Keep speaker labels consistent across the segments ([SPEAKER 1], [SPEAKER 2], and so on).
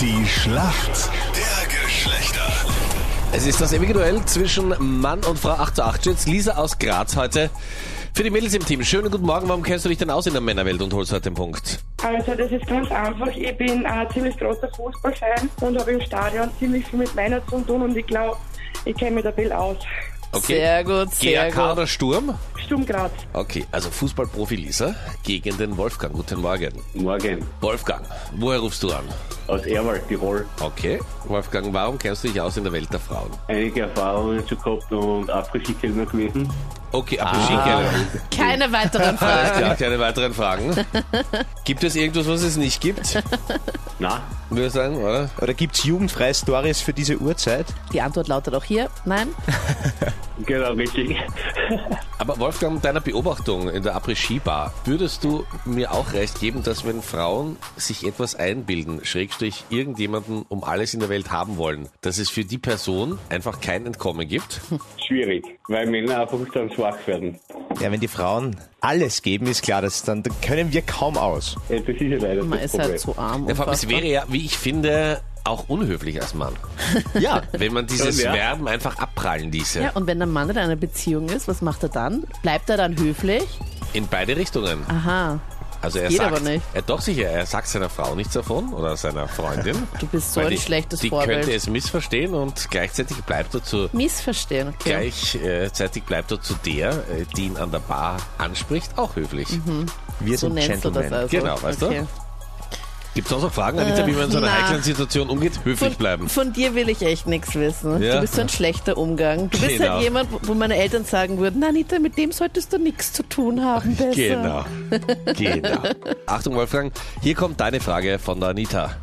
[SPEAKER 1] Die Schlacht der Geschlechter.
[SPEAKER 2] Es ist das ewige Duell zwischen Mann und Frau 8 zu 8. Jetzt Lisa aus Graz heute für die Mädels im Team. Schönen guten Morgen. Warum kennst du dich denn aus in der Männerwelt und holst heute den Punkt?
[SPEAKER 3] Also das ist ganz einfach. Ich bin ein ziemlich großer Fußballfan und habe im Stadion ziemlich viel mit meiner zu tun und ich glaube, ich kenne mich da viel aus.
[SPEAKER 4] Sehr gut, sehr
[SPEAKER 2] GRK
[SPEAKER 4] gut.
[SPEAKER 2] oder Sturm?
[SPEAKER 3] Sturm Graz.
[SPEAKER 2] Okay, also Fußballprofi Lisa gegen den Wolfgang. Guten Morgen.
[SPEAKER 5] Morgen,
[SPEAKER 2] Wolfgang, woher rufst du an?
[SPEAKER 5] aus Erwald, Tirol.
[SPEAKER 2] Okay. Wolfgang, warum kennst du dich aus in der Welt der Frauen?
[SPEAKER 5] Einige Erfahrungen schon gehabt und Abgeschichtener gewesen.
[SPEAKER 2] Okay,
[SPEAKER 4] Ah.
[SPEAKER 2] Apfelschinkel.
[SPEAKER 4] Keine weiteren Fragen.
[SPEAKER 2] Alles klar, keine weiteren Fragen. Gibt es irgendwas, was es nicht gibt?
[SPEAKER 5] Na,
[SPEAKER 2] Würde ich sagen, oder?
[SPEAKER 6] Oder gibt es jugendfreie Stories für diese Uhrzeit?
[SPEAKER 4] Die Antwort lautet auch hier, nein.
[SPEAKER 5] genau richtig.
[SPEAKER 2] Aber Wolfgang, deiner Beobachtung in der Après-Ski-Bar, würdest du mir auch recht geben, dass wenn Frauen sich etwas einbilden, Schrägstrich irgendjemanden um alles in der Welt haben wollen, dass es für die Person einfach kein Entkommen gibt?
[SPEAKER 5] Schwierig, weil Männer einfach dann schwach werden.
[SPEAKER 6] Ja, wenn die Frauen alles geben, ist klar, dass dann, dann können wir kaum aus.
[SPEAKER 5] Äh, Das ist ja leider
[SPEAKER 4] Man
[SPEAKER 5] das
[SPEAKER 4] ist
[SPEAKER 5] Problem.
[SPEAKER 4] halt so arm.
[SPEAKER 2] Ja, vor allem, es
[SPEAKER 4] unfassbar.
[SPEAKER 2] wäre ja, wie ich finde, auch unhöflich als Mann,
[SPEAKER 6] Ja,
[SPEAKER 2] wenn man dieses
[SPEAKER 5] Ja.
[SPEAKER 2] Verben einfach abprallen ließe.
[SPEAKER 4] ja, und wenn der Mann in einer Beziehung ist, was macht er dann? Bleibt er dann höflich?
[SPEAKER 2] In beide Richtungen.
[SPEAKER 4] Aha,
[SPEAKER 2] Also er
[SPEAKER 4] geht
[SPEAKER 2] sagt,
[SPEAKER 4] aber nicht.
[SPEAKER 2] Er, doch sicher, er sagt seiner Frau nichts davon oder seiner Freundin.
[SPEAKER 4] du bist so
[SPEAKER 2] weil
[SPEAKER 4] ein
[SPEAKER 2] die,
[SPEAKER 4] schlechtes
[SPEAKER 2] die
[SPEAKER 4] Vorbild.
[SPEAKER 2] könnte es missverstehen und gleichzeitig bleibt er zu
[SPEAKER 4] Missverstehen, okay.
[SPEAKER 2] Gleichzeitig äh, bleibt er zu der, äh, die ihn an der Bar anspricht, auch höflich.
[SPEAKER 4] Mhm.
[SPEAKER 6] wir
[SPEAKER 4] So
[SPEAKER 6] sind
[SPEAKER 4] nennst du das
[SPEAKER 6] Gentlemen.
[SPEAKER 4] also.
[SPEAKER 2] Genau, weißt du?
[SPEAKER 4] okay.
[SPEAKER 2] Gibt es auch noch Fragen, Anita, wie man in so einer
[SPEAKER 4] Äh, na.
[SPEAKER 2] heiklen Situation umgeht? Höflich
[SPEAKER 4] Von,
[SPEAKER 2] bleiben.
[SPEAKER 4] von dir will ich echt nichts wissen.
[SPEAKER 2] Ja.
[SPEAKER 4] Du bist so ein schlechter Umgang. Du bist
[SPEAKER 2] Genau.
[SPEAKER 4] halt jemand, wo- wo meine Eltern sagen würden, "Na, Anita, mit dem solltest du nichts zu tun haben. Besser.
[SPEAKER 2] Genau. genau. Achtung, Wolfgang, hier kommt deine Frage von der Anita.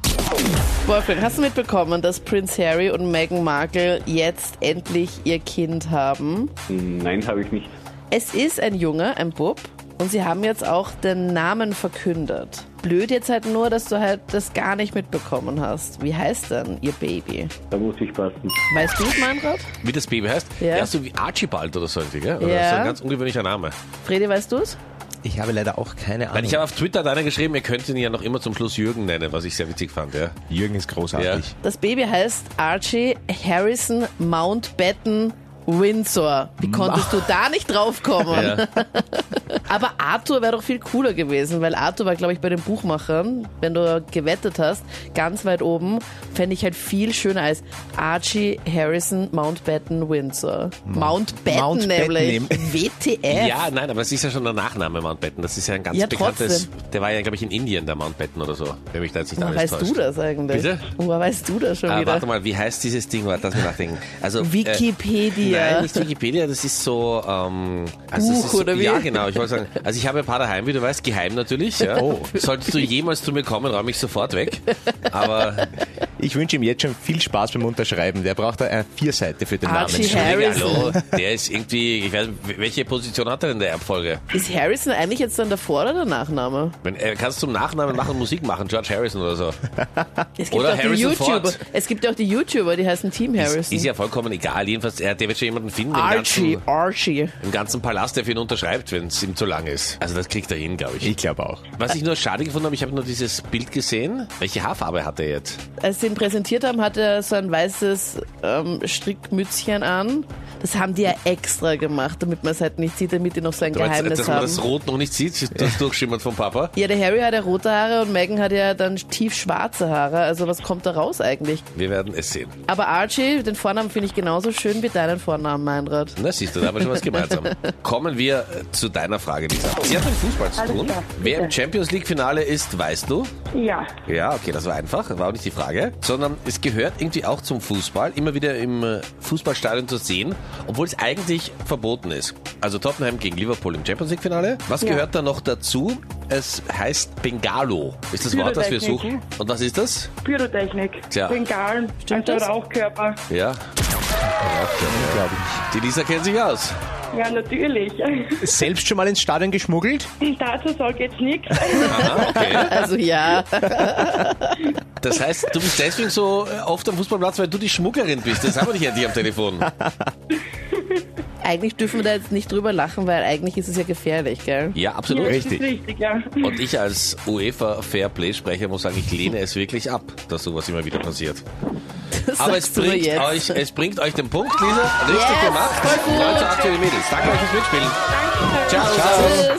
[SPEAKER 4] Wolfgang, hast du mitbekommen, dass Prince Harry und Meghan Markle jetzt endlich ihr Kind haben?
[SPEAKER 5] Nein, habe ich nicht.
[SPEAKER 4] Es ist ein Junge, ein Bub, und sie haben jetzt auch den Namen verkündet. Blöd jetzt halt nur, dass du halt das gar nicht mitbekommen hast. Wie heißt denn ihr Baby?
[SPEAKER 5] Da muss ich passen.
[SPEAKER 4] Weißt du es, Meinrad?
[SPEAKER 2] Wie das Baby heißt?
[SPEAKER 4] Ja.
[SPEAKER 2] Ja. so wie Archibald oder so irgendwie, gell? Oder
[SPEAKER 4] Ja.
[SPEAKER 2] so ein ganz ungewöhnlicher Name.
[SPEAKER 4] Fredi, weißt du es?
[SPEAKER 6] Ich habe leider auch keine
[SPEAKER 2] Weil
[SPEAKER 6] Ahnung.
[SPEAKER 2] ich habe auf Twitter deiner geschrieben, ihr könnt ihn ja noch immer zum Schluss Jürgen nennen, was ich sehr witzig fand, ja.
[SPEAKER 6] Jürgen ist großartig.
[SPEAKER 4] Das Baby heißt Archie Harrison Mountbatten Windsor. Wie konntest du da nicht draufkommen?
[SPEAKER 2] ja.
[SPEAKER 4] Aber Arthur wäre doch viel cooler gewesen, weil Arthur war, glaube ich, bei den Buchmachern, wenn du gewettet hast, ganz weit oben, fände ich halt viel schöner als Archie Harrison Mountbatten Windsor. Mountbatten,
[SPEAKER 6] Mountbatten
[SPEAKER 4] nämlich.
[SPEAKER 6] eben.
[SPEAKER 4] WTF.
[SPEAKER 2] Hm. ja, nein, aber es ist ja schon der Nachname Mountbatten. Das ist ja ein ganz
[SPEAKER 4] Ja,
[SPEAKER 2] bekanntes. Der war ja, glaube ich, in Indien, der Mountbatten oder so, wenn mich da jetzt nicht
[SPEAKER 4] Woher
[SPEAKER 2] alles
[SPEAKER 4] weißt
[SPEAKER 2] täuscht.
[SPEAKER 4] du das eigentlich?
[SPEAKER 2] Bitte?
[SPEAKER 4] Woher weißt du das schon
[SPEAKER 2] Ah,
[SPEAKER 4] wieder?
[SPEAKER 2] warte mal, wie heißt dieses Ding? Warte, lass mich nachdenken. Also,
[SPEAKER 4] Wikipedia.
[SPEAKER 2] Äh, nein, nicht Wikipedia, das ist so. Ähm, also
[SPEAKER 4] Buch
[SPEAKER 2] das ist,
[SPEAKER 4] oder wie?
[SPEAKER 2] Ja, genau. Ich wollte sagen, also ich habe ein paar daheim, wie du weißt, geheim natürlich. Ja. Oh. Solltest du jemals zu mir kommen, räume ich sofort weg. Aber ah,
[SPEAKER 6] Ich wünsche ihm jetzt schon viel Spaß beim Unterschreiben. Der braucht da eine Vierseite für den
[SPEAKER 4] Archie
[SPEAKER 6] Namen.
[SPEAKER 2] Entschuldige,
[SPEAKER 4] Harrison.
[SPEAKER 2] hallo, der ist irgendwie, ich weiß, nicht, welche Position hat er in der Erbfolge?
[SPEAKER 4] Ist Harrison eigentlich jetzt dann der Vor- oder der Nachname?
[SPEAKER 2] Wenn, äh, kannst du zum Nachnamen machen, Musik machen, George Harrison oder so.
[SPEAKER 4] Es gibt
[SPEAKER 2] Oder
[SPEAKER 4] auch die
[SPEAKER 2] Harrison
[SPEAKER 4] YouTuber.
[SPEAKER 2] Ford.
[SPEAKER 4] Es gibt ja auch die YouTuber, die heißen Team Harrison.
[SPEAKER 2] Ist, ist ja vollkommen egal. Jedenfalls, er, der wird schon jemanden finden im
[SPEAKER 4] Archie,
[SPEAKER 2] ganzen,
[SPEAKER 4] Archie.
[SPEAKER 2] im ganzen Palast, der für ihn unterschreibt, wenn es ihm zu lang ist. Also das kriegt er hin, glaube ich.
[SPEAKER 6] Ich glaube auch.
[SPEAKER 2] Was ich nur schade gefunden habe, ich habe nur dieses Bild gesehen. Welche Haarfarbe hat er jetzt?
[SPEAKER 4] Als sie ihn präsentiert haben, hatte er so ein weißes ähm, Strickmützchen an. Das haben die ja extra gemacht, damit man es halt nicht sieht, damit die noch so ein
[SPEAKER 2] Du meinst,
[SPEAKER 4] Geheimnis
[SPEAKER 2] dass man
[SPEAKER 4] haben.
[SPEAKER 2] das Rot noch nicht sieht, das durchschimmert vom Papa.
[SPEAKER 4] ja, der Harry hat ja rote Haare und Meghan hat ja dann tief schwarze Haare. Also was kommt da raus eigentlich?
[SPEAKER 2] Wir werden es sehen.
[SPEAKER 4] Aber Archie, den Vornamen finde ich genauso schön wie deinen Vornamen, Meinrad.
[SPEAKER 2] Na siehst du, da haben wir schon was gemeinsam. Kommen wir zu deiner Frage, Lisa. Sie hat mit Fußball zu
[SPEAKER 3] Alles
[SPEAKER 2] tun.
[SPEAKER 3] klar,
[SPEAKER 2] Wer im
[SPEAKER 3] bitte.
[SPEAKER 2] Champions League-Finale ist, weißt du?
[SPEAKER 3] Ja,
[SPEAKER 2] Ja, okay, das war einfach, war auch nicht die Frage. Sondern es gehört irgendwie auch zum Fußball, immer wieder im äh, Fußballstadion zu sehen, obwohl es eigentlich verboten ist. Also Tottenham gegen Liverpool im Champions League-Finale. Was
[SPEAKER 3] Ja.
[SPEAKER 2] gehört da noch dazu? Es heißt Bengalo. Ist das Wort, das wir
[SPEAKER 3] Pyrotechnik.
[SPEAKER 2] suchen? Und was ist das?
[SPEAKER 3] Pyrotechnik,
[SPEAKER 2] Tja.
[SPEAKER 3] Bengalen,
[SPEAKER 4] Stimmt
[SPEAKER 3] also
[SPEAKER 4] das?
[SPEAKER 3] Rauchkörper.
[SPEAKER 2] Ja. Die Lisa kennt sich aus.
[SPEAKER 3] Ja, natürlich.
[SPEAKER 6] Selbst schon mal ins Stadion geschmuggelt?
[SPEAKER 3] Dazu sage ich jetzt nichts.
[SPEAKER 2] Aha, okay.
[SPEAKER 4] Also ja,
[SPEAKER 2] Das heißt, du bist deswegen so äh, oft am Fußballplatz, weil du die Schmugglerin bist. Das haben wir nicht endlich am Telefon.
[SPEAKER 4] eigentlich dürfen wir da jetzt nicht drüber lachen, weil eigentlich ist es ja gefährlich, gell?
[SPEAKER 2] Ja,
[SPEAKER 3] Ja,
[SPEAKER 2] absolut.
[SPEAKER 3] das ist
[SPEAKER 6] Richtig.
[SPEAKER 3] richtig, ja.
[SPEAKER 2] Und ich als UEFA Fairplay-Sprecher muss sagen, ich lehne es wirklich ab, dass sowas immer wieder passiert.
[SPEAKER 4] Das
[SPEAKER 2] Aber es
[SPEAKER 4] sagst du mir
[SPEAKER 2] bringt,
[SPEAKER 4] jetzt.
[SPEAKER 2] euch, es bringt euch den Punkt, Lisa. Richtig
[SPEAKER 4] Yes,
[SPEAKER 2] gemacht.
[SPEAKER 4] voll gut.
[SPEAKER 2] 19 aktuelle Mädels. Danke euch fürs Mitspielen.
[SPEAKER 3] Danke.
[SPEAKER 2] Ciao. Ciao.